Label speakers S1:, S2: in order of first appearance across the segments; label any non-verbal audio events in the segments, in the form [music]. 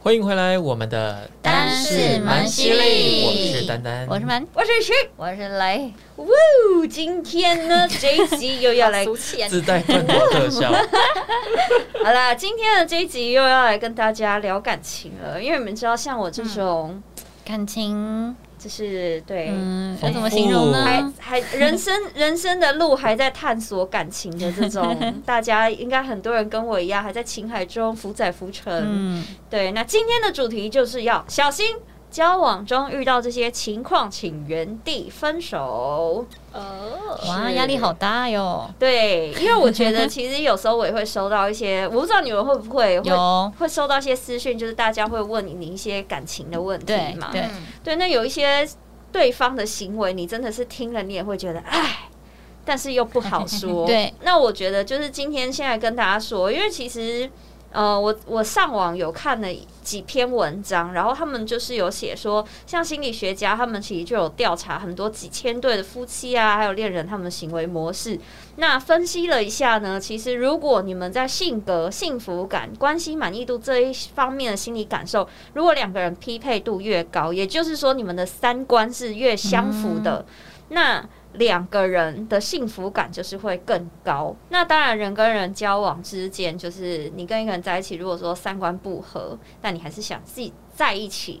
S1: 欢迎回来，我们的
S2: 单
S3: 是
S2: 蛮犀利
S1: 我是丹丹，
S3: 我是蛮，
S2: 我是徐，
S3: 我是雷，
S2: 呜！今天呢，这一集又
S4: [laughs]
S2: 要来，
S3: 俗气啊
S1: 自带罐头特效。
S2: 好啦，今天的这一集又要来跟大家聊感情了，嗯因为你们知道，像我这
S3: 嗯
S2: 种，
S3: 感情，
S2: 就是对。
S3: 嗯，
S1: 丰
S3: 要怎么形容
S2: 还
S3: 呢？
S2: 还人
S3: [laughs]
S2: 生人生的路还在探索感情的这
S3: [laughs]
S2: 种，大家应该很多人跟我一样，还在情海中浮载浮沉。
S3: 嗯，
S2: 对，那今天的主题就是要小心交往中遇到这些情况，请原地分手。
S3: 哦，
S2: 是
S3: 哇，压力好大哟，
S2: 对，因为我觉得其实有时候我也会收到一些，我不知道你们会不会会
S3: [laughs] 有，
S2: 会收到一些私讯，就是大家会问你一些感情的问题
S3: 对
S2: 嘛？嗯
S3: 对，
S2: 对那有一些对方的行为，你真的是听了你也会觉得，唉。但是又不好说。
S3: [laughs] 对，
S2: 那我觉得就是今天先来跟大家说，因为其实呃，我我上网有看了几篇文章，然后他们就是有写说，像心理学家他们其实就有调查很多几千对的夫妻啊，还有恋人他们的行为模式。那分析了一下呢，其实如果你们在性格、幸福感、关系满意度这一方面的心理感受，如果两个人匹配度越高，也就是说你们的三观是越相符的，那两个人的幸福感就是会更高。那当然，人跟人交往之间，就是你跟一个人在一起，如果说三观不合，但你还是想自己在一起。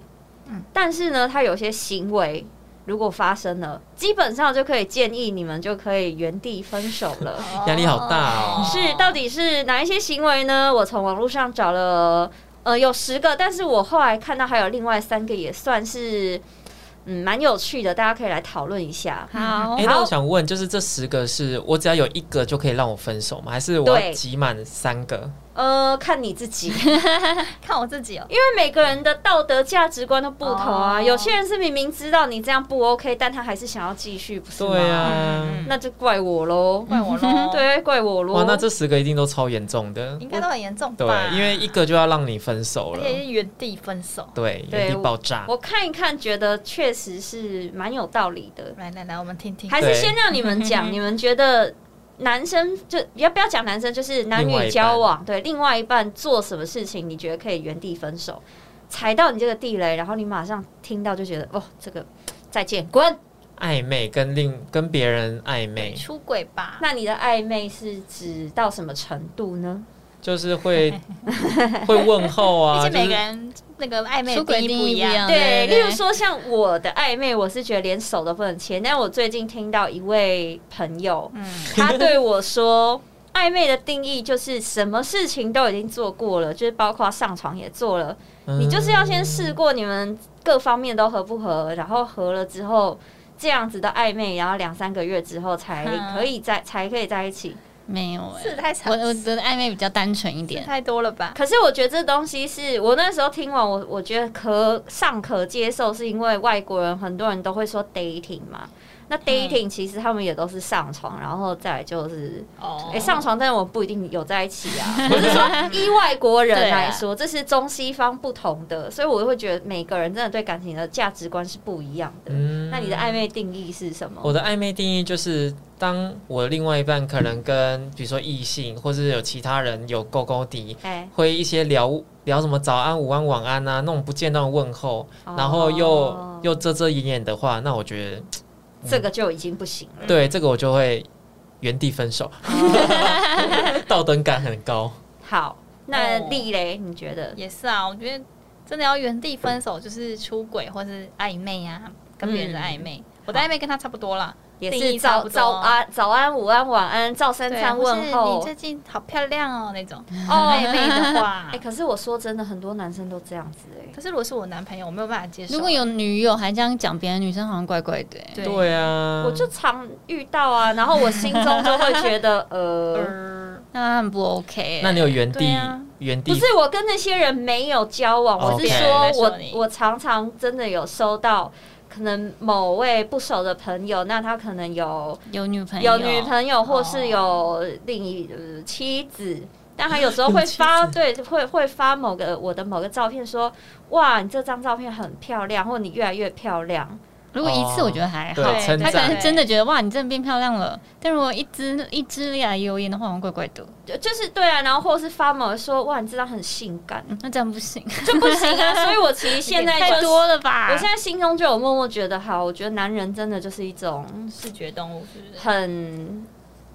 S2: 但是呢，他有些行为如果发生了，基本上就可以建议你们就可以原地分手
S1: [laughs]
S2: 了。
S1: 压力好大哦
S2: 是，到底是哪一些行为呢？我从网络上找了，呃，有十个，但是我后来看到还有另外三个，也算是，嗯，蛮有趣的，大家可以来讨论一下。
S3: 好
S1: 哎、，那我想问，就是这十个是我只要有一个就可以让我分手吗？还是我要
S2: 对
S1: 集满三个？
S2: 呃，看你自己，因
S3: 看我自己哦，
S2: 为每个人的道德价值观都不
S1: [laughs]
S2: 同啊。
S3: 哦
S2: 有些人是明明知道你这样不 OK，但他还是想要继续，不是吗？
S1: 对啊，
S3: 嗯嗯
S2: 那就怪我喽。
S3: 怪我
S2: [laughs]
S3: 喽，，
S2: 对，怪我喽。
S1: 哇，那这十个一定都超严重的。
S3: 应该都很严重
S1: 对
S3: 吧？，
S1: 因为一个就要让你分手
S3: 而
S1: 了，
S3: 且是原地分手。
S1: 对，
S2: 对
S1: 原地爆炸。
S2: 我看一看，觉得确实是蛮有道理的。
S3: 来来来，我们听听，
S2: 还是
S1: 对
S2: 先让你们
S1: [laughs]
S2: 讲，你们觉得男生就要不要讲男生，就是男
S1: 另外一
S2: 女
S1: 半
S2: 交往，对另外一半做什么事情，你觉得可以原地分手，踩到你这个地雷，然后你马上听到就觉得哦，这个再见滚。
S1: 暧昧跟另跟别人暧昧，
S3: 出轨吧？
S2: 那你的暧昧是指到什么程度呢？
S1: 就是会 [laughs] 会问候
S3: 毕
S1: 啊，
S3: 竟
S1: 就
S3: 每
S1: 是
S3: 个人那个暧昧
S4: 出轨
S3: 定义不
S4: 定义
S3: 一
S4: 不一
S3: 样
S1: 嗯
S4: 样，
S2: 对，
S4: 对对
S2: 例
S4: 对
S2: 如说像我的暧昧，我是觉得连手都不能牵。但我最近听到一位朋友，
S3: 嗯，
S2: 他对我说，暧昧的定义就是什么事情都已经做过了，就是包括上床也做了，
S1: 嗯
S2: 你就是要先试过你们各方面都合不合，然后合了之后。这样子的暧昧，然后两三个月之后才
S3: 嗯
S2: 可以在才可以在一起。
S4: 没有哎、
S3: 是太长
S4: 我我的暧昧比较单纯一点，
S3: 太多了吧？
S2: 可是我觉得这东西是我那时候听完，我我觉得可尚可接受，是因为外国人很多人都会说 dating 嘛。那 dating 其实他们也都是上床，然后再来就是
S3: 哦
S2: 哎、上床，但我不一定有在一起
S1: [laughs]
S2: 啊。我是说，依外国人
S1: 啊
S2: 来说，这是中西方不同的，所以我会觉得每个人真的对感情的价值观是不一样的。
S1: 嗯
S2: 那你的暧昧定义是什么？
S1: 我的暧昧定义就是，当我另外一半可能跟比如说异性，或是有其他人有勾勾底，
S2: 哎、
S1: 会一些聊聊什么早安、午安、晚安啊，那种不间断的问候，然后又、
S2: 哦
S1: 又遮遮掩掩的话，那我觉得
S2: 这个就已经不行了。
S1: 对这个我就会原地分手，嗯道德感很高。
S2: [laughs] 好，那
S3: 哦
S2: 丽雷，你觉得？
S3: 也是啊，我觉得真的要原地分手，就是出轨或是暧昧啊，跟别人的暧昧。
S2: 嗯
S3: 我的暧昧跟他差不多啦，
S2: 也
S3: 定
S2: 是
S3: 义差
S2: 早
S3: 不多
S2: 早安、早安、午安、晚安，照三
S3: 对啊
S2: 餐
S3: 或是
S2: 问
S3: 你
S2: 候
S3: 最。近好漂亮哦那种暧
S2: 哦，
S3: 昧的
S2: [laughs]
S3: 话
S2: 哎，。可是我说真的，很多男生都这样子哎。
S3: 可是如果是我男朋友，我没有办法接受。
S4: 如果有女友还这样讲别的女生，好像怪怪的、欸。
S3: 对
S1: 对啊，
S2: 我就常遇到啊，然后我心中就会觉得，呃，
S3: 呃
S4: 那很不 OK 欸、
S1: 那你有原地、
S3: 对啊
S1: 原地
S2: 不是我跟那些人没有交往，我是
S1: OK
S2: 说
S3: 在
S2: 我
S3: 说你
S2: 我常常真的有收到，可能某位不熟的朋友，那他可能有
S4: 有女朋友，
S2: 有女朋友，或是有另一、呃妻子。但他有时候会发
S1: 有妻
S2: 对会会发某个我的某个照片说，哇，你这张照片很漂亮，或你越来越漂亮。
S4: 如果一次，
S1: 哦
S4: 我觉得还好。
S1: 对，
S3: 对
S1: 称
S4: 他可
S1: 赞
S4: 能真的觉得哇，你真的变漂亮了。但如果一只一只来油烟的话，好像怪怪的，
S2: 就就是对啊，然后或者是发毛说哇，你这张很性感，
S4: 嗯那这样不
S2: [laughs]
S4: 行。
S2: 就不行啊。所以我其实现在
S4: 太
S2: 就
S4: 多了吧？
S2: 我现在心中就有默默觉得，好，我觉得男人真的就是一种
S3: 视觉动物是不是？
S2: 很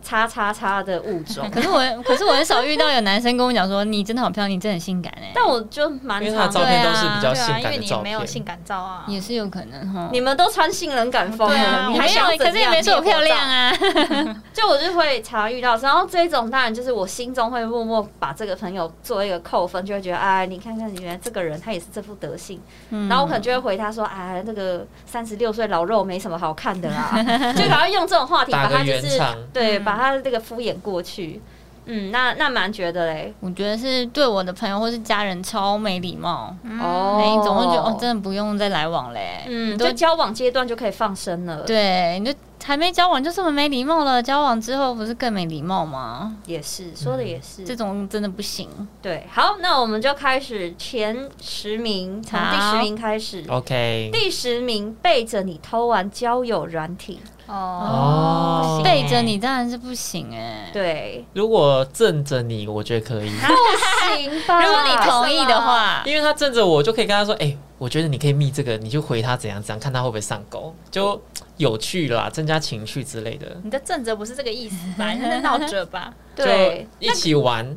S2: 叉叉叉的物 [laughs] 种，
S4: 可是我，可是我很少遇到有男生跟我讲说你真的好漂亮，你真的很性感哎、
S2: 但我就蛮
S1: 因为他
S2: 常
S1: 的照片都是比较
S3: 对
S1: 性
S3: 啊，因
S1: 感
S3: 为
S1: 的
S3: 你
S1: 照
S3: 没有性
S1: 片。
S3: 感照啊，
S4: 也是有可能哈。嗯
S2: 你们都穿性冷感风
S3: 对啊
S2: 了，你还
S4: 没有
S2: 想，
S4: 可是也没说我漂亮
S2: 啊。
S4: 啊。 [laughs]
S2: 就我就会常遇到，然后这种当然就是我心中会默默把这个朋友做一个扣分，就会觉得哎，你看看原来这个人他也是这副德性，
S4: 嗯
S2: 然后我可能就会回他说哎，那个三十六岁老肉没什么好看
S4: [laughs]
S2: 的啦，就赶快用这种话题把
S1: 打
S2: 他
S1: 个
S2: 就
S1: 圆
S2: 是
S1: 场，
S2: 对
S3: 嗯
S2: 把他这个敷衍过去。嗯，那那蛮觉得嘞，
S4: 我觉得是对我的朋友或是家人超没礼貌，
S3: 嗯
S2: 哦
S4: 那一种我就觉得哦，真的不用再来往嘞。
S2: 嗯，
S4: 你都
S2: 就交往阶段就可以放生了，，
S4: 对，你就还没交往就这么没礼貌了，交往之后不是更没礼貌吗？
S2: 也是说的也是，
S4: 嗯这种真的不行。
S2: 对。好，那我们就开始前十名，从第
S4: 好
S2: 十名开始。
S1: OK，
S2: 第十名背着你偷玩交友软体，
S1: 哦
S3: 不行欸
S4: 背着你当然是不行哎、 [laughs]
S2: 对，
S1: 如果正着你，我觉得可以，
S2: 不行吧？
S4: 如果你同意的话，
S1: 因为他正着我，就可以跟他说，哎、我觉得你可以密这个，你就回他怎样怎样，看他会不会上钩，就有趣啦，增加情趣之类的，
S3: 你的正着不是这个意思吧？你是闹着吧？
S2: 对，
S1: 就一起玩。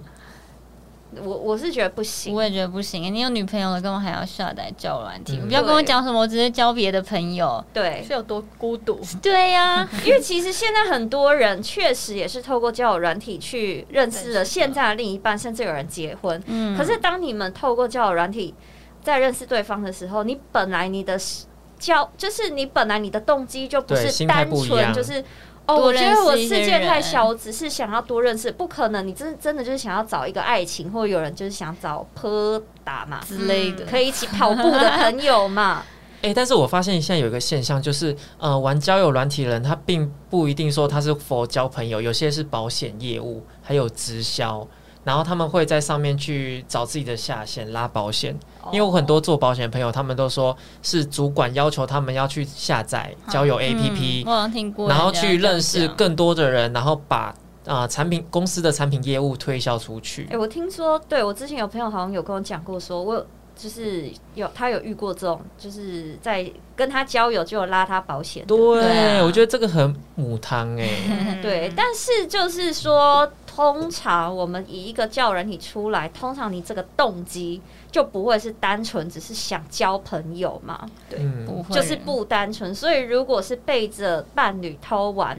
S2: 我我是觉得不行
S4: 我。也觉得不行、欸。你有女朋友了，干嘛还要下载交友软体？
S1: 嗯
S4: 你不要跟我讲什么，我只是交别的朋友。
S2: 对
S3: 是，有多孤独？
S2: 对呀、因为其实现在很多人确实也是透过交友软体去认识了现在的另一半，甚至有人结婚。
S4: 嗯，
S2: 可是当你们透过交友软体在认识对方的时候，你本来你的交就是你本来你的动机就不
S1: 对
S2: 是
S1: 心态
S2: 单
S1: 不一
S2: 纯
S1: 样
S2: 就是。哦，
S4: 多
S2: 我觉
S4: 认
S2: 得我
S4: 识一
S2: 世
S4: 些
S2: 界太
S4: 人
S2: 小，我只是想要多认识，不可能。你真真的就是想要找一个爱情，或有人就是想找泼打嘛，
S4: 之类的，
S2: 可以一起跑步的朋
S4: [laughs]
S2: 友嘛。
S1: 哎、但是我发现现在有一个现象，就是呃，玩交友软体的人，他并不一定说他是佛交朋友，有些是保险业务，还有直销，然后他们会在上面去找自己的下线拉保险。因为我很多做保险的朋友，他们都说是主管要求他们要去下载交友 APP，、
S4: 嗯我好像听过人
S1: 然
S4: 家这
S1: 后
S4: 样讲，
S1: 去认识更多的人，然后把啊、呃产品公司的产品业务推销出去
S2: 哎、。我听说，对我之前有朋友好像有跟我讲过说我有就是有他有遇过这种，就是在跟他交友就有拉他保险的。
S1: 对，
S4: 对啊
S1: 我觉得这个很母汤哎、
S4: [laughs]
S2: 嗯
S4: 嗯
S3: 嗯
S2: 对，但是就是说，通常我们以一个叫人你出来，通常你这个动机就不会是单纯只是想交朋友嘛，
S1: 嗯，
S4: 不会
S2: 就是不单纯。所以如果是背着伴侣偷玩，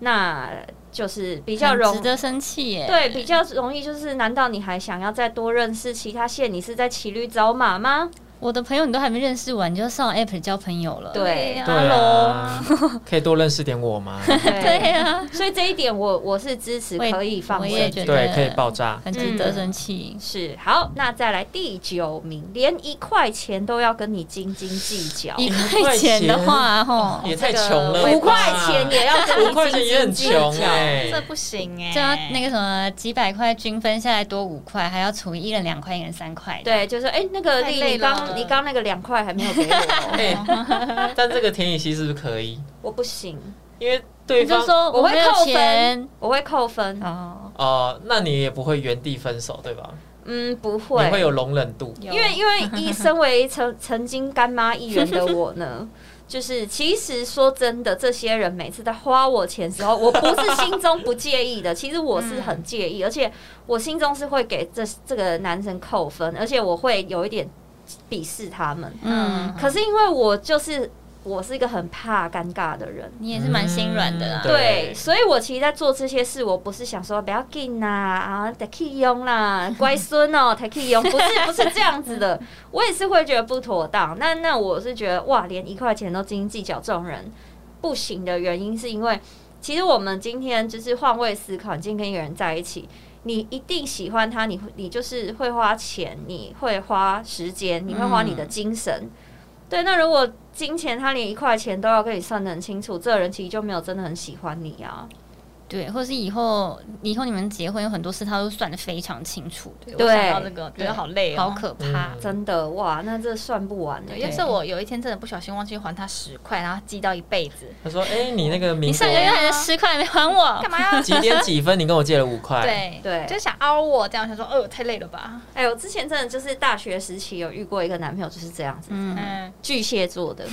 S2: 那就是比
S4: 比
S2: 较容
S4: 值得生气耶。
S2: 对，比较容易就是，难道你还想要再多认识其他线？你是在骑驴找马吗？
S4: 我的朋友你都还没认识完，你就上 app 交朋友了。
S2: 对
S1: 对啊，可以多认识点我吗？
S4: 对啊，
S2: 所以这一点我我是支持
S4: 我也
S2: 可以放
S4: [laughs] 我也
S2: 生
S4: 觉得
S1: 对，可以爆炸。
S4: 很值得生气。
S2: 是好，那再来第九名，连一块钱都要跟你斤斤计较，
S4: 一块钱的话，吼，
S2: 哦
S1: 也太穷了吧，
S2: 五块钱也要
S1: [laughs]
S2: 跟
S1: 五块
S2: 你
S1: 钱也
S2: 斤斤
S1: 很
S2: 计
S1: 穷
S2: 较。
S1: 哎、
S3: 这不行哎，
S4: 就要那个什么几百块均分下来多五块，还要除以一人两块，一人三块。，
S2: [laughs] 对，就是哎、那个
S3: 太
S2: 丽，
S3: 累
S2: 你
S3: 了
S2: 刚你刚那个两块还没有给我，哦
S4: [laughs]
S1: 哎但这个田雨希是不是可以？
S2: 我不行，
S1: 因为对
S4: 你就
S1: 方
S4: 说 [laughs]
S2: 我
S4: 我
S2: 会
S4: 没有
S2: 扣
S4: 钱
S2: 分，我会扣分，
S4: 哦，
S1: 哦、那你也不会原地分手对吧？
S2: 嗯，不会，
S1: 你会有容忍度。
S3: 有
S2: 因为因为一身为曾曾经干妈一员的我呢，就是其实说真的，这些人每次在花我钱的时候，我不是心中不介意的，其实我是很介意，而且我心中是会给这这个男生扣分，而且我会有一点鄙视他们。
S4: 嗯，
S2: 可是因为我就是我是一个很怕尴尬的人。
S4: 你也是蛮心软的啦。
S1: 嗯
S2: 对
S1: 对，
S2: 所以我其实，在做这些事，我不是想说不要紧啦，啊，得去用啦，乖孙哦，才去用，不是不是这样子的，我也是会觉得不妥当。那那我是觉得哇，连一块钱都斤斤计较这种人不行的原因，是因为其实我们今天就是换位思考，你今天跟一个人在一起。你一定喜欢他，你会你就是会花钱，你会花时间，你会花你的精神。
S4: 嗯
S2: 对，那如果金钱他连一块钱都要跟你算得很清楚，这个人其实就没有真的很喜欢你啊。
S4: 对，或者是以后以后你们结婚有很多事，他都算得非常清楚的，
S3: 我想到
S2: 对
S3: 这个觉
S4: 对
S3: 得好累
S4: 好
S3: 哦。
S4: 可怕。
S1: 嗯
S2: 真的哇，那这算不完
S3: 对，
S2: 的。
S3: 要是我有一天真的不小心忘记还他十块，然后记到一辈子，
S1: 他说：“哎、你那个
S4: 你
S1: 民
S4: 上个月
S1: 国
S4: 还有十块没还我
S3: 干，嘛要？
S1: 几点几分？你跟我借了五块。”
S4: [laughs]
S2: 对
S3: 对就想凹我这样，想说哦太累了吧，
S2: 哎、我之前真的就是大学时期有遇过一个男朋友，就是这样子，
S4: 嗯，
S3: 嗯，
S2: 巨蟹座的。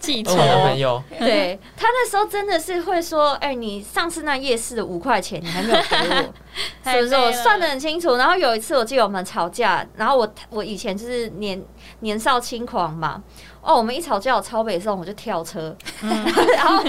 S4: 记
S1: 问
S4: 仇
S1: 我。男朋友，
S2: 对 [laughs] 他那时候真的是会说，哎、你上次那夜市的五块钱你还没有
S4: [laughs]
S2: 给我，
S3: 太
S2: 是不是？
S3: 累
S2: 我
S3: 了
S2: 算的很清楚。然后有一次我记得我们吵架，然后我我以前就是年年少轻狂嘛，哦，我们一吵架我超北宋，我就跳车， [laughs] 然后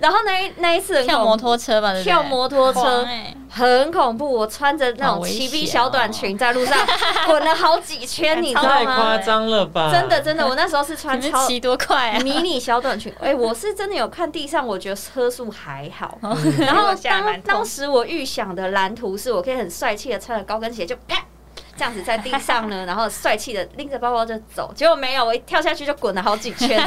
S2: 然后那一那一次很恐
S4: 嗯跳摩托车吧，对不对欸
S2: 跳摩托
S3: 狂
S2: 车。
S3: 哎，
S2: 很恐怖，我穿着那
S4: 好
S2: 种
S4: 危
S2: 齐
S4: 险哦
S2: 逼小短裙在路上
S4: [laughs]
S2: 滚了好几圈，你知道
S1: 太
S2: 吗
S1: 夸？张了吧？
S2: 真的真的，我那时候是穿
S4: 你
S2: 超嗯
S4: 们骑多快啊！
S2: [laughs] 迷你小短裙，哎、我是真的有看地上，我觉得车速还好。
S4: 嗯
S2: 然
S3: 结 [laughs]
S2: 后
S3: 果下来
S2: 当
S3: 蛮痛
S2: 当时我预想的蓝图是我可以很帅气的穿着高跟鞋就啪这样子在地上
S3: [laughs]
S2: 呢，然后帅气的拎着包包就走，结果没有，我一跳下去就滚了好几
S3: [laughs]
S2: 圈，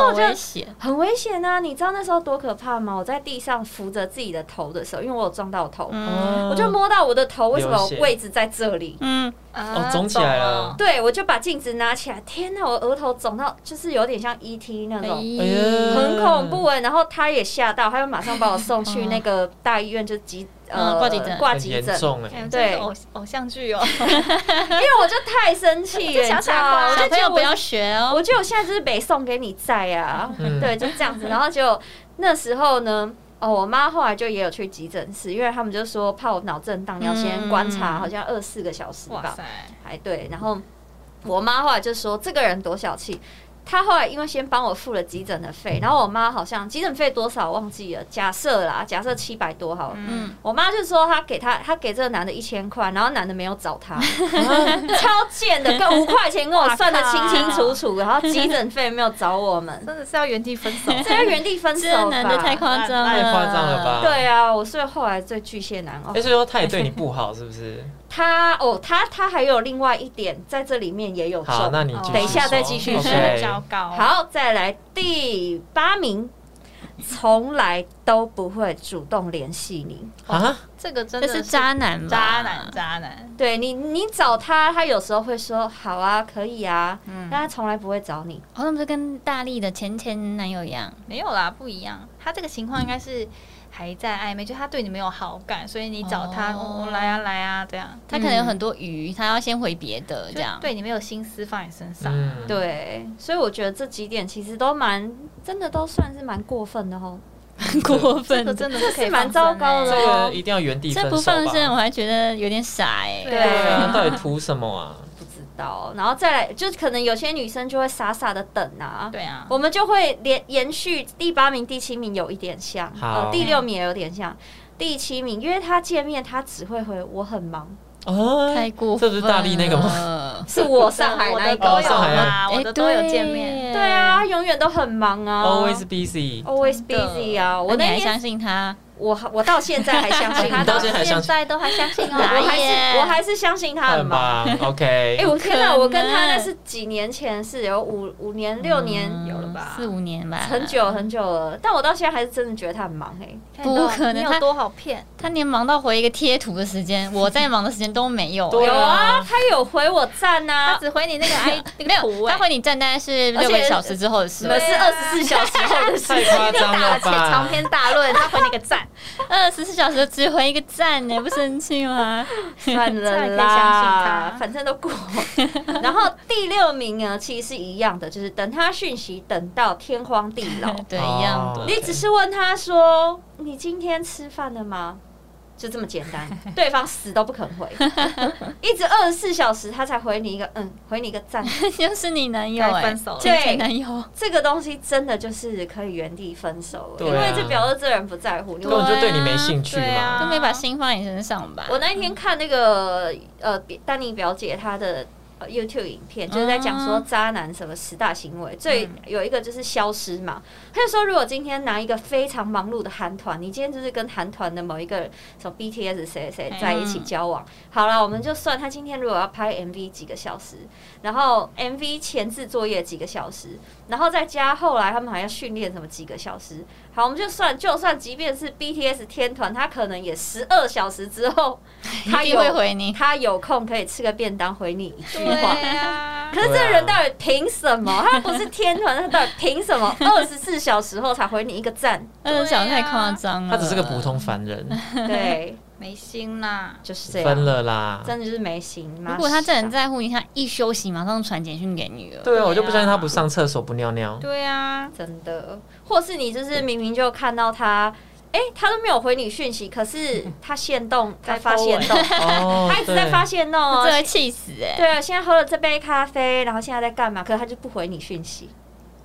S4: 好危险，
S2: 很危险啊！你知道那时候多可怕吗？我在地上扶着自己的头的时候，因为我有撞到头，
S4: 嗯
S1: 哦，
S2: 我就摸到我的头，为什么
S1: 流血
S2: 位置在这里？
S4: 嗯，
S3: 啊
S1: 哦肿起来了
S2: 对，我就把镜子拿起来，天哪，我额头肿到就是有点像 ET 那
S4: 哎
S2: 种。
S1: 呀
S2: 很恐怖哎、然后他也吓到，他又马上把我送去那个大医院，就急呃
S4: 嗯挂急诊
S2: 挂
S1: 很
S2: 急
S1: 严
S2: 诊，
S1: 重哎、
S3: 懂
S2: 对
S3: 了，对，偶偶像剧哦，
S2: 因为我就太生气了，
S3: 这小
S2: 你知道吗？我
S1: 哎
S3: 傻
S4: 小
S2: 就
S3: 瓜
S4: 朋
S2: 觉
S4: 友
S2: 得
S4: 不要
S2: 我，
S4: 学哦。
S2: 我觉得我现在就是北送给你在啊，
S1: 嗯
S2: 对，就这样子。然后就那时候呢。哦，我妈后来就也有去急诊室，因为他们就说怕我脑震荡，要先观察，
S4: 嗯
S2: 好像二四个小时
S3: 哇
S2: 吧，
S3: 塞，
S2: 还对。然后我妈后来就说这个人多小气，她后来因为先帮我付了急诊的费，然后我妈好像急诊费多少忘记了，假设啦，假设七百多好了。
S3: 嗯，
S2: 我妈就说她给她，她给这个男的一千块，然后男的没有找 [laughs] 她，超贱的，跟五块钱跟我算的清清楚楚，然后急诊费没有找我们，
S3: 真的是要原地分手，
S2: 这要原地分手
S4: 这
S2: 吧
S4: 男的太夸张了，
S1: 太夸张了吧
S2: 对啊，我是后来最巨蟹男哦
S1: 哎、，所以说他也对你不好，是不是？
S2: 他哦，他他还有另外一点在这里面也有
S1: 好，
S2: 中，
S1: 那你继续
S2: 等一下
S1: 说
S2: 再继续说
S1: OK
S3: 糟糕，，
S2: 好，再来第八名，从来都不会主动联系你。
S1: 啊，
S3: 这个真
S4: 这
S3: 的
S4: 是渣男吧？
S3: 渣男，渣男，
S2: 对你，你找他，他有时候会说好啊，可以啊，
S3: 嗯
S2: 但他从来不会找你。
S4: 哦，那不是跟大力的前前男友一样？
S3: 没有啦，不一样。他这个情况应该是还在暧昧，就他对你没有好感，所以你找他，
S4: 哦
S3: 哦、来啊来啊这样，
S4: 他可能有很多鱼，他要先回别的这样
S3: 就。对你没有心思放在身上。
S1: 嗯，
S2: 对，所以我觉得这几点其实都蛮，真的都算是蛮过分的哦。
S4: 很过
S3: 这
S4: 分
S3: 个
S4: 的，
S3: 真的是可以
S2: 这是蛮
S3: 放
S2: 糟
S3: 生
S2: 糕
S3: 欸
S1: 这
S2: 的
S1: 个一定要原地分手
S4: 这
S1: 吧
S4: 不放生，我还觉得有点傻哎、
S3: 对
S1: 对啊，
S3: 啊
S1: 到底图什么啊？
S2: 不知道，然后再来，就可能有些女生就会傻傻的等啊。
S3: 对啊，
S2: 我们就会连延续第八名、第七名有一点像，
S1: 好
S2: 呃，第六名也有点像，第七名，因为他见面他只会回我很忙，
S1: 哦，
S4: 太过
S1: 这
S4: 分了。
S1: 不是大力那个吗？
S4: 吗？
S2: 是我上海那一
S3: 我的
S1: 哦
S3: 都
S2: 个，
S3: 有
S1: 上海
S3: 啦，
S4: 哎
S3: 我的都有见面。
S4: 面
S2: 对啊，他永远都很忙啊
S1: Always busy，
S2: always
S3: 真的
S2: busy 啊，我
S4: 我你
S2: 那
S4: 还相
S2: 天
S4: 信他？
S2: 我我到现在还相 [laughs] 信他，
S1: 你到现在还相信
S3: 在都还相信
S4: 哪
S2: [laughs] 我
S4: 有
S3: 哦。
S2: 还是我还是相信他很
S1: 很
S2: 忙。
S1: 忙，OK。
S2: 哎，我天
S4: 不可
S2: 哪！
S4: 能
S2: 我跟他那是几年前，是有五五年、六年，
S4: 嗯
S3: 有了吧
S4: 四五年吧，
S2: 嗯很久很久了。但我到现在还是真的觉得他很忙哎。
S4: 不可能
S3: 你有
S4: 他
S3: 多好骗？
S4: 他连忙到回一个贴图的时间，我在忙的时间都没有。
S1: 对
S2: 有
S1: 啊
S2: 啊，他有回我赞
S3: 他
S2: 啊，
S3: 只回你那个 i 那
S4: 没
S3: 个
S4: 有，
S3: 图
S4: 他
S3: 哎，
S4: 回你站大概是六
S2: 而
S4: 个
S2: 且
S4: 小时之后的事
S2: 你，们是
S3: 对
S2: 二
S3: 啊
S2: 十四小时后的事
S1: 太
S2: 情。
S1: 夸张了吧！
S3: 长篇大论，他回你个赞，
S4: 二十四小时只回一个赞呢，不 [laughs] 生气吗？
S2: 算
S3: 这
S2: 了
S3: [laughs] 还可以相信
S2: 啦
S3: 他，
S2: 反正都过。 [laughs] 然后第六名呢，其实是一样的，就是等他讯息等到天荒地
S3: [laughs]
S2: 老。
S4: 对，一
S1: 哦
S4: 样的。 [laughs]
S2: 你只是问他说：“你今天吃饭了吗？”就这么简
S3: [laughs]
S2: 单，对方死都不肯回， [laughs] 一直二十四小时他才回你一个嗯，回你一个赞。
S4: 就是你男友
S3: 该
S4: 哎、
S3: 分手了
S4: 前前男友，
S2: 这个东西真的就是可以原地分手了，
S1: 对啊
S2: 因为这表示这人不在乎你。
S1: 根本
S2: 我
S1: 就对你没兴趣
S3: 对
S1: 嘛
S3: 啊。
S4: 都没把心放在你身上吧？
S2: 我那一天看那个呃别丹尼表姐她的。呃 YouTube 影片，就是在讲说渣男什么十大行为，最有一个就是消失嘛。他就说，如果今天拿一个非常忙碌的韩团，你今天就是跟韩团的某一个人什么 BTS 谁谁在一起交往，好了，我们就算他今天如果要拍 MV 几个小时，然后 MV 前置作业几个小时，然后再加后来他们还要训练什么几个小时，好，我们就算就算即便是 BTS 天团，他可能也十二小时之
S4: [laughs]
S2: 后，他
S4: 一定
S2: 有
S4: 会回你。
S2: 他有空可以吃个便当回你 [laughs] 一句话。[laughs]
S3: 呀
S2: 可是这个人到底凭什么？他不是天团，他到底凭
S4: [laughs]
S2: 什么二十四小时后才回你一个赞？
S4: 嗯，讲太夸张了。
S1: 他只是个普通凡人，
S2: 对，
S3: [laughs] 没心啦，
S2: 就是这
S1: 分
S2: 样，
S1: 了啦。
S2: 真的就是没心。
S4: 啊如果他真的很
S2: 在，
S4: 在乎你，他一休息马上传简讯给你了。
S1: 对啊，我就
S3: 对啊
S1: 不相信他不上厕所不尿尿。
S3: 对啊，
S2: 真的，或是你就是明明就看到他，哎，他都没有回你讯息，可是他
S4: [laughs]
S2: 现动，他
S3: 在
S2: 发现动，
S1: [laughs] 哦，
S2: [laughs] 他一直在
S1: 对
S2: 发现动
S4: 这
S2: 哦。
S4: 会气死哎、
S2: 对啊，现在喝了这杯咖啡，然后现在在干嘛？可是他就不回你讯息。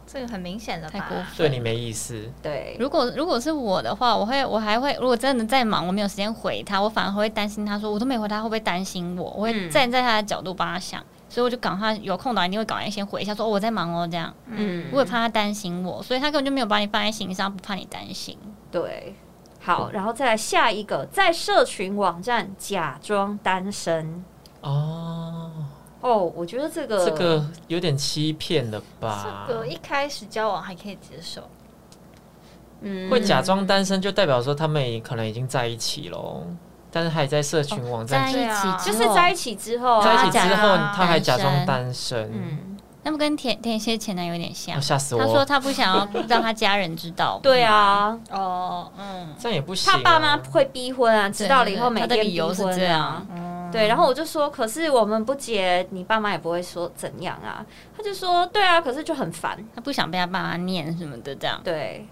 S3: 这个很明显的
S4: 太
S3: 吧？
S4: 过分
S1: 对你没意思。
S2: 对，
S4: 如果如果是我的话，我会我还会，如果真的在忙，我没有时间回他，我反而会担心他说我都没回他，会不会担心我？我会
S2: 嗯
S4: 站在他的角度帮他想，所以我就赶快有空档一定会赶快先回一下说哦我在忙哦这样，
S2: 嗯
S4: 我也怕他担心我，所以他根本就没有把你放在心上，不怕你担心。
S2: 对，好，然后再来下一个，在社群网站假装单身。
S1: 哦，
S2: 哦，我觉得这个
S1: 这个有点欺骗了吧？
S3: 这个一开始交往还可以接受，
S2: 嗯
S1: 会假装单身，就代表说他们也可能已经在一起喽，但是还哦在社群网站
S4: 在一
S3: 对啊
S4: 起之
S2: 就是
S4: 后
S2: 在一起之后、啊，
S1: 在一起
S4: 假
S1: 之后，
S3: 装
S1: 他还假装
S4: 单
S1: 单身，
S2: 嗯，
S4: 那不跟甜甜蝎前男友有点像
S1: 哦？吓死
S4: 他说
S1: 我！
S4: 他不想要让他家人知道。
S2: 对，啊，
S3: 哦，嗯，
S1: 这样也不行啊。
S2: 他爸妈会逼婚啊，知道了以后每
S4: 他
S2: 天
S4: 的理
S2: 逼
S4: 由是
S2: 婚、啊
S4: 这样。。
S3: 嗯
S2: 对，然后我就说，可是我们不结，你爸妈也不会说怎样啊。他就说，对啊，可是就很烦，
S4: 他不想被他爸妈念什么的，这样
S2: 对，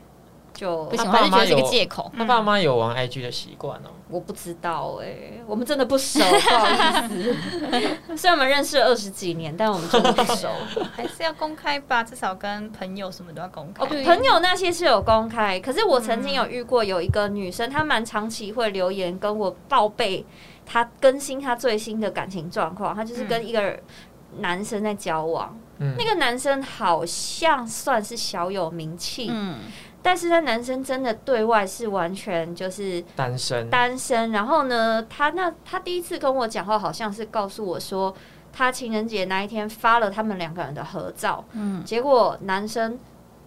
S2: 就
S4: 不行，
S1: 他
S4: 我还
S1: 爸
S4: 是觉
S1: 妈
S4: 得是个
S1: 有
S4: 借口。
S3: 嗯
S1: 他爸妈有玩 IG 的习惯哦。
S2: 我不知道哎、我们真的不熟，不好
S4: [laughs]
S2: 意思。虽然我们认识了二十几年，但我们真的不
S4: [laughs]
S2: 熟。
S3: 还是要公开吧，至少跟朋友什么都要公开
S2: 哦，。朋友那些是有公开，可是我曾经有遇过有一个女生，她蛮长期会留言跟我报备她更新她最新的感情状况，她就是跟一个男生在交往，
S1: 嗯
S2: 那，个男生好像算是小有名气，
S4: 嗯，
S2: 但是那男生真的对外是完全就是
S1: 单身。
S2: 单身。然后呢，他那他第一次跟我讲话，好像是告诉我说，他情人节那一天发了他们两个人的合照，
S4: 嗯
S2: 结果男生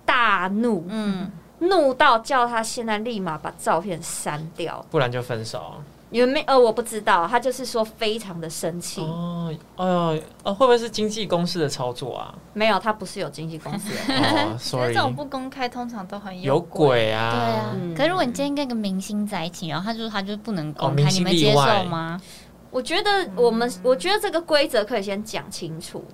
S2: 大怒，
S4: 嗯，
S2: 怒到叫他现在立马把照片删掉。
S1: 不然就分手
S2: 你们没呃，我不知道，他就是说非常的生气。
S1: 哦哦哦，会不会是经纪公司的操作啊？，
S2: [laughs] 没有，他不是有经纪公司的
S4: [laughs]
S1: 哦
S3: 觉得
S1: ，sorry，
S3: 这种不公开通常都很
S1: 有
S3: 鬼。
S1: 鬼
S4: 对啊
S1: 啊！。
S2: 嗯
S4: 可是如果你今天跟一个明星在一起，然后他就说他就是不能
S1: 哦
S4: 公
S1: 明
S4: 开，你
S1: 星
S4: 们
S1: 例
S4: 接
S1: 外
S4: 受吗？
S2: 我觉得我们，
S4: 嗯
S2: 我觉得这个规则可以先讲清楚，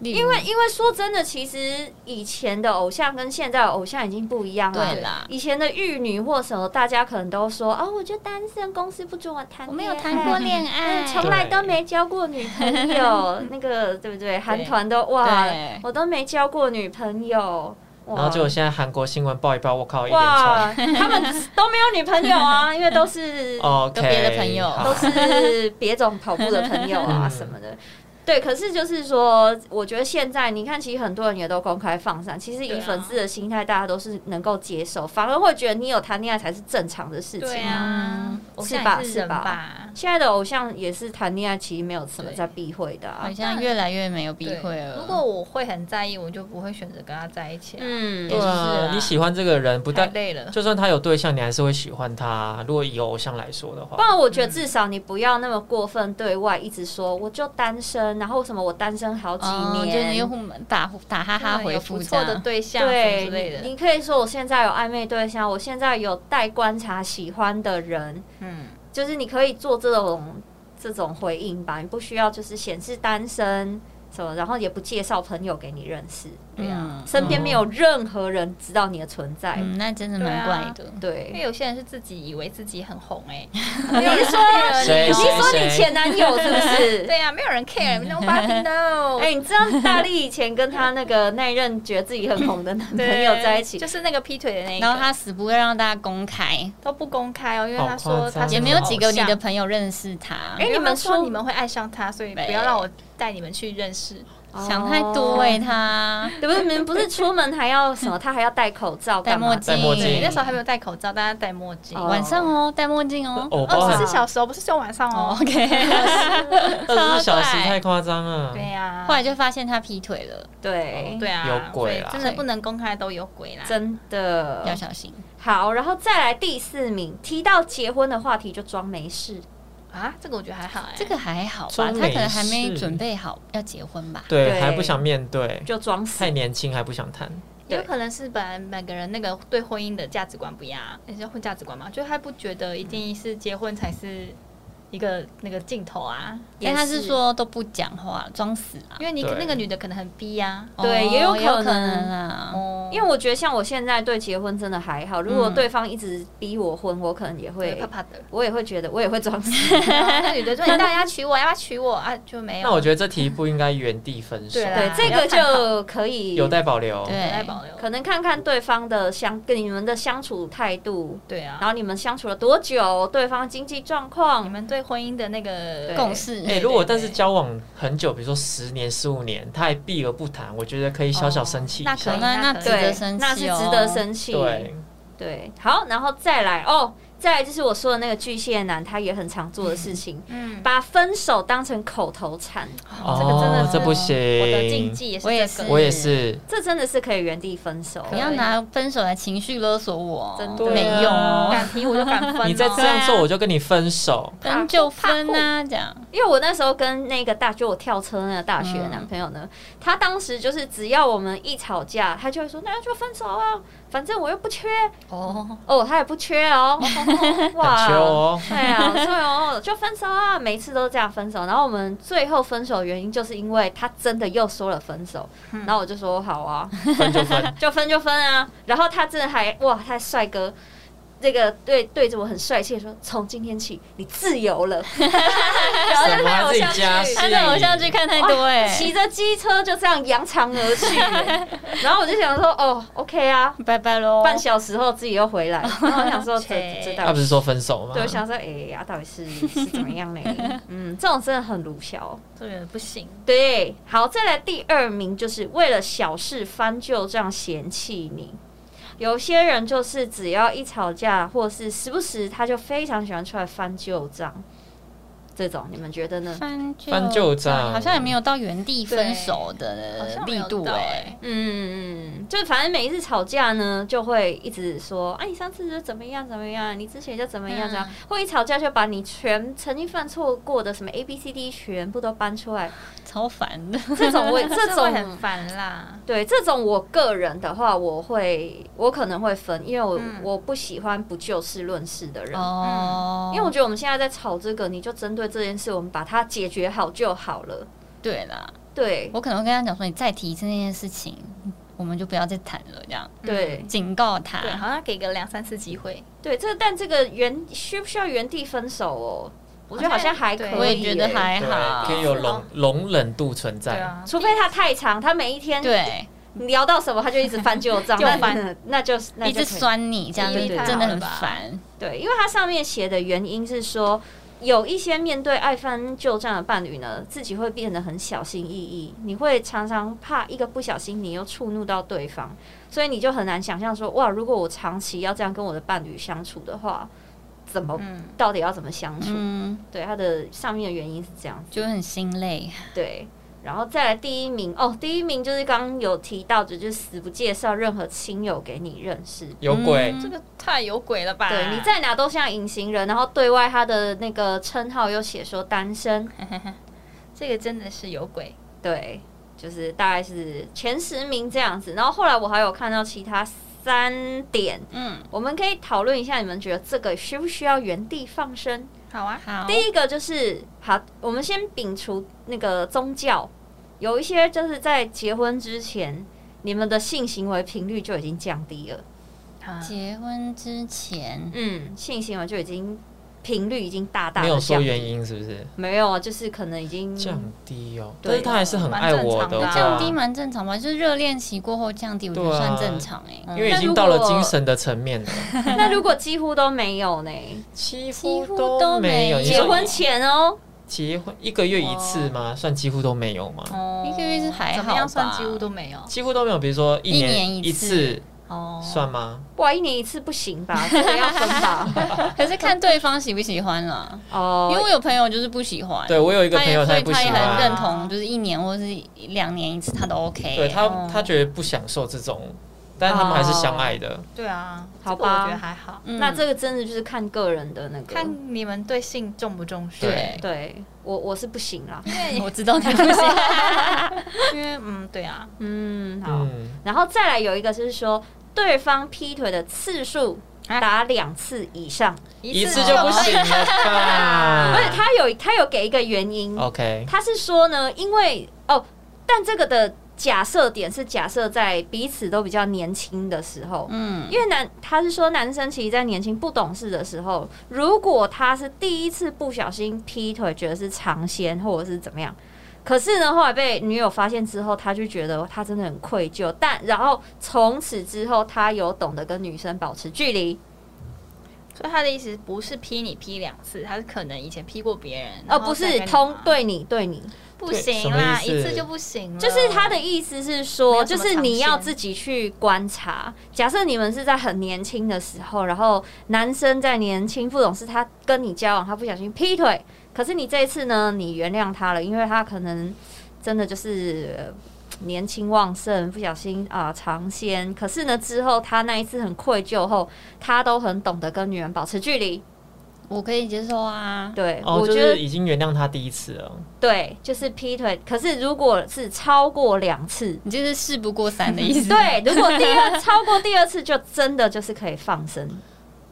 S4: 因
S2: 因为因为说真的，其实以前的偶像跟现在的偶像已经不一样了。
S4: 对啦，
S2: 以前的玉女或什么，大家可能都说哦，我就单身，公司不准我谈恋爱，
S4: 我没有谈过恋爱 [laughs]
S2: 嗯，，从来都没交过女朋友，那个对不对？韩团都哇
S4: 对，
S2: 我都没交过女朋友，哇
S1: 然后结果现在韩国新闻报一报，我靠，一脸
S2: 哇，
S1: 臭。
S2: 他们都没有女朋友啊，因为都是
S1: OK，啊
S4: 跟别的朋友
S1: 好
S2: 都是别种跑步的朋友啊
S1: 嗯
S2: 什么的。对，可是就是说，我觉得现在你看，其实很多人也都公开放闪。其实
S3: 对
S2: 以
S3: 啊
S2: 粉丝的心态，大家都是能够接受，反而会觉得你有谈恋爱才是正常的事情。
S3: 对啊
S4: 嗯，
S3: 偶
S2: 是
S3: 像
S2: 吧
S3: 也是人
S2: 是吧
S3: 吧？
S2: 现在的偶像也是谈恋爱，其实没有什么在避讳的啊
S4: 好。像越来越没有避
S3: 对
S4: 讳了。
S3: 如果我会很在意，我就不会选择跟他在一起啊。
S2: 嗯，
S1: 对
S3: 也是
S1: 啊
S3: 啊，
S1: 你喜欢这个人，不
S3: 太
S1: 但
S3: 累了，
S1: 就算他有对象，你还是会喜欢他。如果以偶像来说的
S2: 不
S1: 话，
S2: 然我觉
S3: 嗯
S2: 得至少你不要那么过分对外一直说我就单身，然后什么我单身好几
S4: 哦，就
S2: 年，
S4: 你用打打哈哈
S3: 嗯
S4: 回
S3: 有
S4: 复
S3: 不
S4: 这
S3: 错的
S4: 样，
S3: 对象什么之类
S2: 对，你
S3: 的。
S2: 你可以说我现在有暧昧对象，我现在有待观察喜欢的人，
S3: 嗯，
S2: 就是你可以做这种这种回应吧，你不需要就是显示单身什么，然后也不介绍朋友给你认识，
S3: 对啊
S4: 嗯，
S2: 身边没有任何人知道你的存在。
S4: 嗯，那真的
S3: 对
S4: 蛮
S3: 啊
S4: 怪的。
S2: 对
S3: 因为，有些人是自己以为自己很红哎，
S2: 你是说
S1: 谁
S2: 你是
S1: 谁
S2: 说你前男友是不
S4: [laughs]
S1: [laughs]
S2: 是？
S3: 对啊呀，没有人
S4: 嗯
S3: care，nobody
S2: 哎、
S3: know。
S2: 你知道大力以前跟她那个那一任觉得自己很红的男朋友在一起
S3: 就，是那个劈腿的那一个，
S4: 然后他死不会让大家公开，
S3: 都不公开哦，因为
S1: 好
S3: 他说
S1: 夸
S3: 他
S4: 嗯
S1: 张啊
S3: 是
S4: 也没有几个
S3: 偶
S4: 你
S3: 像
S4: 的朋友认识他。
S2: 哎
S3: 因为
S2: 你们
S3: 他说
S2: 说
S3: 你们会爱上他，所以
S4: 对
S3: 不要让我带你们去认识。
S4: 想太多哎、
S2: 哦
S4: 他
S2: 对不对？你们不是出门还要什么？他还要戴口罩
S4: 戴
S2: 干嘛
S4: 墨
S2: 的，
S4: 镜，
S1: 戴墨
S3: 对，
S1: 镜
S3: 那时候还没有戴口罩，大家戴墨镜。
S2: 哦
S4: 晚上哦，戴墨镜哦。
S1: 偶包
S3: 二十
S1: 很
S3: 四小时哦，不是只有晚上
S4: 哦
S2: [laughs]
S3: 哦。
S4: ，OK。 [laughs]
S1: 二十四小时
S4: 超怪
S1: 太夸张啊了。
S3: 对啊
S4: 哦 [laughs]
S3: 呀，
S4: 后来就发现他劈腿了，
S2: 对
S4: 哦
S3: 对啊，
S1: 有鬼啦
S3: 所以真的不能公开都有鬼啦。
S2: 真的
S4: 要小心。
S2: 好，然后再来第四名，提到结婚的话题就装没事，
S3: 啊，这个我觉得还好哎，
S4: 这个还好吧，他
S1: 装没
S4: 可能还没
S1: 事
S4: 准备好要结婚吧。
S1: 对
S2: 对
S1: 还不想面对，
S2: 就装死
S1: 太。年轻还不想谈。
S3: 有可能是本来每个人那个对婚姻的价值观不一样啊，也是婚价值观嘛，就他不觉得一定是结婚才是一个那个尽头啊，
S2: 也
S4: 但哎他是
S2: 是
S4: 说都不讲话，装死啊。
S3: 因为你
S1: 对
S3: 那个女的可能很逼呀、啊，
S2: 对
S4: 哦
S2: 也有
S4: 有
S2: 可能
S4: 能啊。
S3: 哦，
S2: 因为我觉得像我现在对结婚真的还好，如果
S4: 嗯
S2: 对方一直逼我婚，我可能也会
S3: 怕，怕的。
S2: 我也会觉得我也会装
S4: [laughs]
S2: 死。
S3: 那女的说：“你到底要娶我，要不要娶我啊？”就没有。
S1: 那我觉得这题不应该原地分手
S3: 对，啦
S4: 啊
S2: 对，这个
S3: 要看好
S2: 就可以
S1: 有待保留。
S4: 对
S3: 爱保留。
S2: 可能看看对方的相跟你们的相处态度，
S3: 对
S2: 然
S3: 啊，
S2: 后你们相处了多久，对方经济状
S3: 你
S2: 况，
S3: 们对婚姻的那个
S2: 对
S4: 共识，
S1: 哎、
S3: 对
S1: 如果但
S3: 对
S1: 是交往很久，比如说十年、十五年，他还避而不谈，我觉得可以小小生气一
S3: 哦那
S1: 下。
S3: 可以
S4: 那那
S3: 那
S4: 值
S3: 可以
S4: 得
S2: 对
S4: 生，气
S2: 那是
S4: 哦
S2: 值得。生气。
S1: 对，
S2: 对，好，然后再来哦，再来就是我说的那个巨蟹男，他也很常做的事情，
S3: 嗯，
S2: 把分手当成口头禅，
S3: 这个真的
S1: 哦
S3: 是
S1: 这不
S3: 我的
S1: 行
S3: 禁，忌也是
S4: 我也
S3: 这
S4: 是
S3: 个，
S1: 我也是。
S2: 这真的是可以原地分手。
S4: 不要拿分手来情绪勒索我
S2: 真，的啊
S4: 没用哦。
S3: 敢提我就敢分哦、
S1: 你再这样做，我就跟你分手。
S4: 分就分啊，这样。
S2: 因为我那时候跟那个大，就我跳车那个大学的男朋友呢，他当时就是只要我们一吵架，他就会说那就分手啊，反正我又不缺
S3: 哦，
S2: 哦，他也不缺哦，
S1: 很秋哦
S2: 对啊，对哦，就分手啊，每一次都这样分手。然后我们最后分手的原因就是因为他真的又说了分手，然后我就说好啊，
S1: 分就
S2: [laughs]
S1: 分，
S2: 就分就分啊。然后他真的还哇，他帅哥，这个对对着我很帅气的说，从今天起你自由了，
S4: 然后
S1: 什
S4: 就
S1: 么
S4: 看
S1: 啊
S4: 偶
S1: 自己
S4: 像剧，
S1: 加戏
S4: 他的偶像剧看太多哎、
S2: 骑着机车就这样扬长而去。然后我就想说，哦，OK 啊，
S4: 拜拜喽。
S2: 半小时后自己又回来，然后我想说这这到
S1: 他
S2: 底
S1: 不是说分手吗？
S2: 对，我想说，哎、呀、到底是是怎么样嘞？嗯，这种真的很鲁小。
S3: 这个不行。
S2: 对，好，再来第二名，就是为了小事翻旧账嫌弃你。有些人就是只要一吵架，或是时不时他就非常喜欢出来翻旧账，这种你们觉得呢？
S4: 翻旧
S1: 翻旧账
S4: 好像也没有到原地分手
S1: 呃
S3: 好
S4: 的
S3: 像没
S4: 力
S3: 有
S4: 度
S3: 到
S4: 哎、
S3: 欸
S2: 嗯，就反正每一次吵架呢，就会一直说，啊，你上次就怎么样怎么样，你之前就怎么样怎么样，或一吵架就把你全曾经犯错过的什么 A B C D 全部都搬出 [laughs] 来，
S4: 超烦
S3: [laughs]
S4: 的。
S2: 这种我这
S3: 会
S2: 种
S3: 很烦啦。
S2: 对这种我个人的话，我会我可能会分，因为我、
S3: 嗯
S2: 我不喜欢不就事论事的人。
S4: 哦，
S2: 因为我觉得我们现在在吵这个，你就针对这件事，我们把它解决好就好了。
S4: 对啦，
S2: 对
S4: 我可能会跟他讲说，你再提这件事情，我们就不要再谈了，这样
S2: 对
S4: 警告他。
S3: 对，好像给个两三次机会，
S2: 对，这但这个原需不需要原地分手哦？我觉得好像还可以、
S3: 对
S2: 耶
S4: 我也觉得还
S1: 对，
S4: 好
S1: 可，以有
S3: 是
S1: 容
S3: 哦
S1: 容忍度存在。
S3: 对啊，
S2: 除非他太长，他每一天
S4: 对，
S2: 聊到什么，他就一直翻旧
S4: [laughs]
S2: 账，
S3: 又
S2: 那
S3: 翻
S2: 那就是那
S4: 一
S2: 就
S4: 直
S2: 可以
S4: 酸你这样
S2: 对
S4: 子
S2: 对对
S4: 真的很烦。
S2: 对，因为它上面写的原因是说，有一些面对爱翻旧账的伴侣呢，自己会变得很小心翼翼，你会常常怕一个不小心你又触怒到对方，所以你就很难想象说，哇，如果我长期要这样跟我的伴侣相处的话，怎么、
S3: 嗯
S2: 到底要怎么相处？
S4: 嗯，
S2: 对，它的上面的原因是这样子。
S4: 就很心累。
S2: 对，然后再来第一名哦，第一名就是刚刚有提到的，就是死不介绍任何亲友给你认识。
S1: 有鬼，
S4: 嗯
S3: 这个太有鬼了吧？
S4: 啊
S2: 对，你在哪都像隐形人，然后对外他的那个称号又写说单身，
S3: 这个真的是有鬼，
S2: 对，就是大概是前十名这样子。然后后来我还有看到其他三点，
S4: 嗯，
S2: 我们可以讨论一下，你们觉得这个需不需要原地放生？
S3: 好啊，
S4: 好，
S2: 第一个就是好，我们先摒除那个宗教，有一些就是在结婚之前，你们的性行为频率就已经降低了，
S3: 啊
S4: 结婚之前，
S2: 嗯，性行为就已经频率已经大大
S1: 没
S2: 的
S1: 有
S2: 降
S1: 说
S2: 低，
S1: 原因是不是？
S2: 没有啊，就是可能已经 [laughs]
S1: 降低哦，
S2: 对
S1: 但是他还是很爱我的话，
S3: 蛮正常的
S4: 降低蛮正常吧，就是热恋期过后降低，我觉
S1: 嗯
S4: 得
S1: 对啊
S4: 算正常哎、
S3: 嗯
S1: 因为已经到了精神的层面了，
S2: 那如果几乎都没有呢？
S1: 几
S4: 乎
S1: 乎
S4: 都
S1: 都
S4: 没
S1: 没
S4: 有
S1: 有。
S4: 你说
S2: 结婚前哦，
S1: 结婚一个月一次吗？算几乎都没有吗？
S3: 哦
S4: 一个月是还好吧
S3: 怎么样算几乎都没有
S1: 几乎都没有，比如说一
S4: 一
S1: 年
S4: 年一
S1: 一
S4: 次
S3: 哦，
S1: 算吗？
S2: 哇，一年一次不行吧？ [laughs] 这个要分吧。 [laughs]
S4: 可是看对方喜不喜欢啦。因为
S2: 哦，
S4: 我有朋友就是不喜欢，
S1: 对我有一个
S4: 他
S1: 朋
S4: 也
S1: 友，
S4: 所
S1: 也
S4: 以
S1: 不
S4: 他
S1: 喜
S4: 也
S1: 欢
S4: 很，认
S3: 啊
S4: 同，就是一年或是一两年一次他都 OK。
S1: 对他
S3: 哦
S1: 他觉得不享受这种，但他们还是相爱的。
S3: 对啊，
S2: 好
S3: 这个我
S2: 吧
S3: 觉得还好，
S4: 嗯
S2: 那这个真的就是看个人的那个。
S3: 看你们对性重不重视。
S1: 对
S2: 对我我是不行 [laughs] 啦。
S3: 对
S4: 我知道你不行，
S3: 因为嗯，对啊，
S2: 嗯，好。
S1: 嗯，
S2: 然后再来有一个就是说，对方劈腿的次数
S3: 啊
S2: 达两次以上，
S1: 一次就不行了吧？ [laughs]
S2: 而且他有他有给一个原因，
S1: OK，
S2: 他是说呢，因为哦，但这个的假设点是假设在彼此都比较年轻的时候。
S4: 嗯，
S2: 因为男，他是说男生其实，在年轻不懂事的时候，如果他是第一次不小心劈腿，觉得是尝鲜或者是怎么样，可是呢，后来被女友发现之后，他就觉得他真的很愧疚，但然后从此之后，他有懂得跟女生保持距离，
S3: 所以他的意思不是劈你劈两次，他是可能以前劈过别人，
S2: 而
S3: 然后
S2: 不
S3: 再
S2: 是
S3: 跟你
S2: 通
S3: 嘛
S2: 对你对你，
S3: 不
S1: 对
S3: 行
S1: 什么
S3: 啦，
S1: 意
S3: 一
S1: 思
S3: 次就不行了。
S2: 就是他的意思是
S3: 没
S2: 说，
S3: 有什
S2: 就
S3: 么
S2: 是你要
S3: 尝鲜
S2: 自己去观察。假设你们是在很年轻的时候，然后男生在年轻不懂事，他跟你交往，他不小心劈腿，可是你这一次呢，你原谅他了，因为他可能真的就是。呃年轻旺盛，不小心啊尝鲜。可是呢，之后他那一次很愧疚后，他都很懂得跟女人保持距离。
S4: 我可以接受啊。
S2: 对，
S1: 哦，
S2: 我
S1: 就
S2: 觉得
S1: 是已经原谅他第一次了。
S2: 对，就是劈腿。可是如果是超过两次，
S4: 你就是事不过三的意思。
S2: 对，如果第二超过第二次，就真的就是可以放生。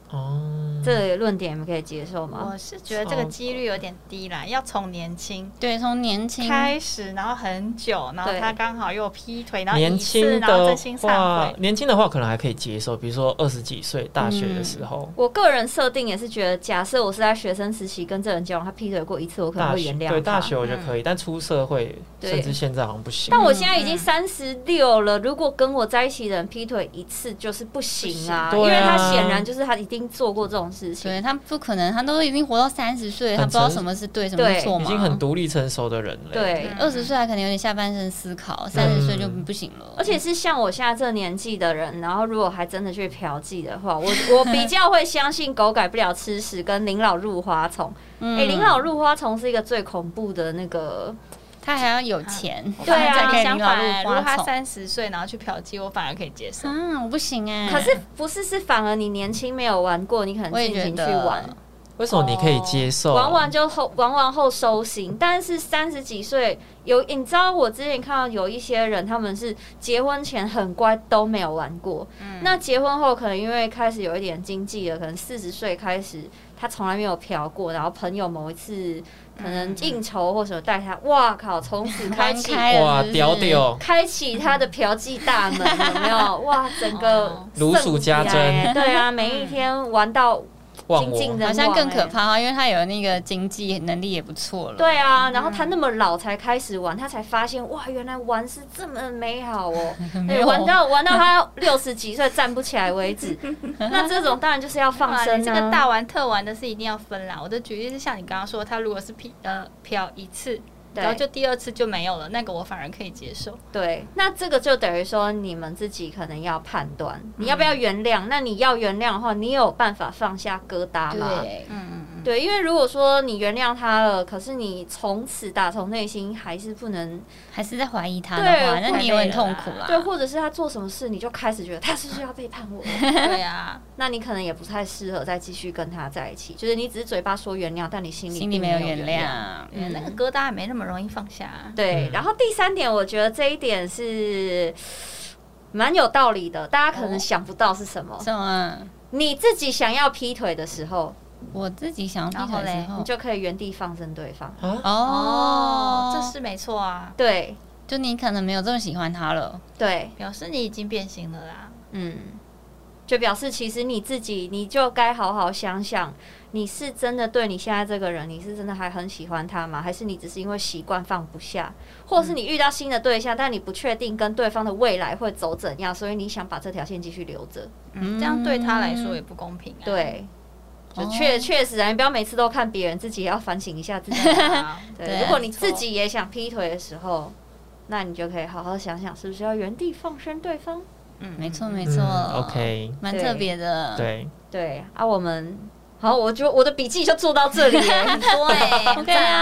S1: 哦，
S2: 这个论点你们可以接受吗？
S3: 我是觉得这个几率有点低啦，要从年轻
S4: [laughs] 对，从年轻
S3: 开始，然后很久，然后
S2: 对
S3: 他刚好又劈腿，然后
S1: 年
S3: 一次，
S1: 轻
S3: 然后
S1: 的
S3: 真心
S1: 话
S3: 忏，悔。
S1: 年轻的话可能还可以接受，比如说二十几岁大学的时候，
S2: 我个人设定也是觉得，假设我是在学生时期跟这人交往，他劈腿过一次，我可能
S1: 大
S2: 会
S1: 学
S2: 原谅
S1: 对
S2: 他
S1: 大学我觉得可以，但出社会
S2: 对
S1: 甚至现在好像不行
S2: 但。我现在已
S4: 嗯
S2: 经三十六了，如果跟我在一起的人劈腿一次，就是不行啊，
S1: 不行
S2: 因为他
S1: 对啊
S2: 显然就是他一定做过这种事情。
S4: 对他不可能，他都已经活到三十岁，他
S1: 很
S4: 不知道
S1: 成
S4: 什么是对，什么是错
S1: 已
S4: 嘛。
S1: 经很独立成熟的人了。
S2: 对，
S3: 嗯
S4: 二十岁还可能有点下半身思考，三十岁就不行了。
S2: 而且是像我现在这年纪的人，然后如果还真的去嫖妓的话，我 [laughs] 我比较会相信狗改不了吃屎跟临老入花丛。
S4: 嗯，
S2: 哎、林老入花丛是一个最恐怖的那个，
S4: 他还要有钱，
S3: 我
S2: 对啊
S3: 反
S4: 才
S3: 而
S4: 可以
S3: 相
S4: 领老入
S3: 反，如果
S4: 花
S3: 他
S4: 丛。
S3: 三十岁然后去嫖妓，我反而可以接受。
S4: 啊，我不行哎、
S2: 可是不是是反而你年轻没有玩过，你可能
S4: 我也
S2: 尽
S4: 觉
S2: 情去
S4: 得哦
S2: 玩，
S1: 为什么你可以接受？
S2: 玩哦完就后玩完后收心。但是三十几岁有，你知道我之前看到有一些人，他们是结婚前很乖都没有玩过，
S3: 嗯
S2: 那结婚后可能因为开始有一点经济了，可能四十岁开始他从来没有嫖过，然后朋友某一次可能应酬或什么带他，哇靠，从
S4: [laughs]
S2: 此开
S4: 玩嗯
S2: 启
S4: 开了
S1: 哇
S4: 是不是
S1: 屌屌，
S2: 开启他的嫖妓大
S3: [laughs]
S2: 门，有没有？哇，整个
S3: 哦
S1: 如数家珍
S2: 盛起来对啊，每一天玩
S3: [laughs]
S2: 到
S1: 忘
S2: 精尽
S1: 我。
S4: 好
S2: 人亡，
S4: 像更可。怕啊，因为他有那个经济能力也不错了。，
S2: 对
S3: 嗯
S2: 啊，然后他那么老才开始玩，他才发现哇，原来玩是这么美好
S3: [laughs]
S2: 哦。
S4: 没
S2: 对，
S4: 有
S2: 玩到玩到他六十几岁站不起来为
S3: [laughs]
S2: 止，那这种当然就是要放
S3: 哇
S2: 生
S3: 你这
S2: 啊
S3: 个大玩特玩的是一定要分啦。我的举例是像你刚刚说，他如果是劈呃嫖一次，
S2: 对
S3: 然后就第二次就没有了，那个我反而可以接受。
S2: 对，那这个就等于说你们自己可能要判断，你要不
S3: 嗯
S2: 要原谅？那你要原谅的话，你有办法放下疙瘩吗？
S4: 对，
S3: 嗯嗯嗯，
S2: 对，因为如果说你原谅他了，可是你从此打从内心还是不能
S4: 还是在怀疑他的
S2: 对
S4: 话，那你也会很痛苦啦。
S2: 啊对，或者是他做什么事，你就开始觉得他是不是要背叛
S4: [laughs]
S2: 我？
S3: 对啊，
S2: 那你可能也不太适合再继续跟他在一起。就是你只是嘴巴说原谅，但你心里
S4: 心
S2: 并
S4: 里没有
S2: 有
S4: 原
S2: 谅。
S4: 谅。
S3: 嗯那个疙瘩还没那么容易放下啊。
S2: 对，
S1: 嗯
S2: 然后第三点，我觉得这一点是蛮有道理的，大家可
S4: 哦
S2: 能想不到是什么。
S4: 什么？啊
S2: 你自己想要劈腿的时候，
S4: 我自己想要劈腿的
S3: 然
S4: 时
S3: 后
S4: 候
S2: 你，就可以原地放生对方。
S1: 啊，
S4: 哦，
S3: 这是没错啊，
S2: 对
S4: 就你可能没有这么喜欢他了。
S2: 对，
S3: 表示你已经变心了啦。
S2: 嗯，就表示其实你自己，你就该好好想想，你是真的对你现在这个人，你是真的还很喜欢他吗？还是你只是因为习惯放不下，或者
S3: 嗯
S2: 是你遇到新的对象，但你不确定跟对方的未来会走怎样，所以你想把这条线继续留着？
S3: 嗯，这样对他来说也不公平啊。，
S2: 嗯对，就哦
S4: 哦
S2: 确确实啊，你不要每次都看别人，自己也要反省一下自己。
S3: [laughs]
S2: [laughs] 对，
S4: 对啊
S2: 如果你
S3: 没错
S2: 自己也想劈腿的时候，那你就可以好好想想，是不是要原地放生对方？
S3: 嗯
S4: 啊没错
S3: 嗯
S4: 没
S1: 嗯
S4: 错、嗯
S1: ，OK，
S4: 蛮
S2: 对
S4: 特别的。，
S1: 对，
S2: 对啊，我们好，我就我的笔记就做到这里耶，
S4: [laughs]
S2: 很多哎、
S4: OK 啊，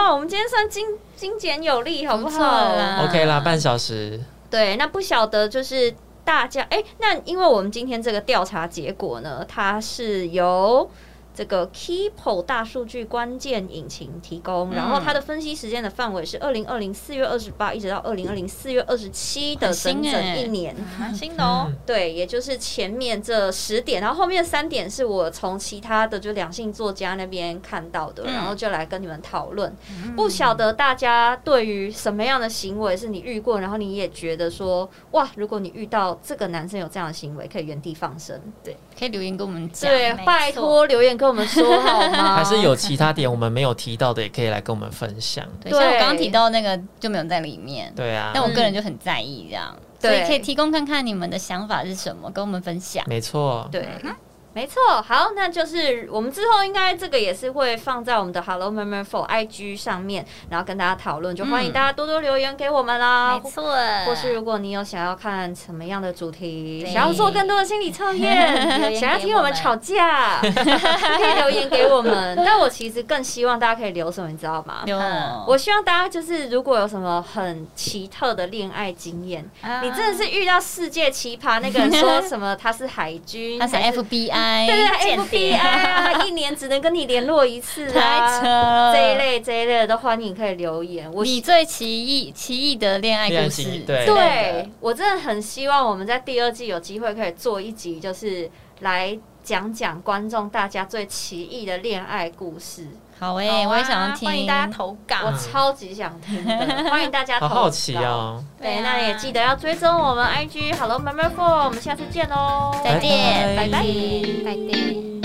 S2: 啊，我们今天算精精简有力，好不
S4: 不
S2: 好
S4: 错啦
S1: OK 啦，半小时，
S2: 对，那不晓得就是大家哎、那因为我们今天这个调查结果呢，它是由这个 Keepo 大数据关键引擎提供，
S4: 嗯
S2: 然后它的分析时间的范围是二零二零四月二十八一直到二零二零四月二十七的
S4: 很新
S2: 整整
S4: 欸
S2: 一年。
S3: 蛮新的哦
S1: 嗯，
S2: 对，也就是前面这十点，然后后面三点是我从其他的就两性作家那边看到
S3: 嗯
S2: 的，然后就来跟你们讨论。不晓得大家对于什么样的行为是你遇过，然后你也觉得说，哇，如果你遇到这个男生有这样的行为，可以原地放生。
S4: 可以留言跟我们讲。
S2: 对
S3: 没，错
S2: 拜托留言跟我们说好
S1: [laughs]
S2: 吗？
S1: 还是有其他点我们没有提到的，也可以来跟我们分享。
S4: 对，像我刚刚
S2: 对
S4: 提到那个就没有在里面，
S1: 对啊，
S4: 但我个人就很在意这样，所
S2: 对
S4: 以可以提供看看你们的想法是什么，跟我们分享。
S1: 没错，
S2: 对。嗯没错，好，那就是我们之后应该这个也是会放在我们的 Hello Member for IG 上面，然后跟大家讨论，就欢迎
S4: 嗯
S2: 大家多多留言给我们啦。
S3: 没错，
S2: 或是如果你有想要看什么样的主题，
S3: 对
S2: 想要做更多的心理测
S3: [laughs] 留
S2: 验，
S3: 言
S2: 想要
S3: 给
S2: 听
S3: 我
S2: 我们
S3: 们
S2: 吵
S3: [laughs]
S2: 架，可以留言给我们。但我其实更希望大家可以留什么，你知道吗？
S4: 有
S3: 嗯，
S2: 我希望大家就是，如果有什么很奇特的恋爱经验，
S3: 嗯
S2: 你真的是遇到世界奇葩那个人说什么他是海
S3: [laughs]
S2: 军，
S4: 他是
S2: 还
S4: FBI，
S2: [laughs] 对对
S3: 间谍
S4: [laughs]
S2: FBI 啊，他一年只能跟你联络一次
S4: 太扯
S2: 啊，
S4: 了。
S2: [laughs] 这一类这一类的都欢迎可以留言。我
S4: 你最奇异奇异的恋爱故
S1: 恋爱
S4: 事，
S1: 奇对之
S2: 对，我真的很希望我们在第二季有机会可以做一集，就是来讲讲观众大家最奇异的恋爱故事，
S4: 好诶、
S3: 好啊
S4: 哎我也想要听，
S3: 欢迎大家投稿。
S2: 我超级想听的，欢迎大家投
S1: [laughs] 好
S2: 稿
S1: 好奇。哦。
S2: 对，那也记得要追踪哦我们 IG Hello Member Four，我们下次见喽，
S4: 再见，
S1: 拜拜
S2: 拜拜
S4: 拜拜。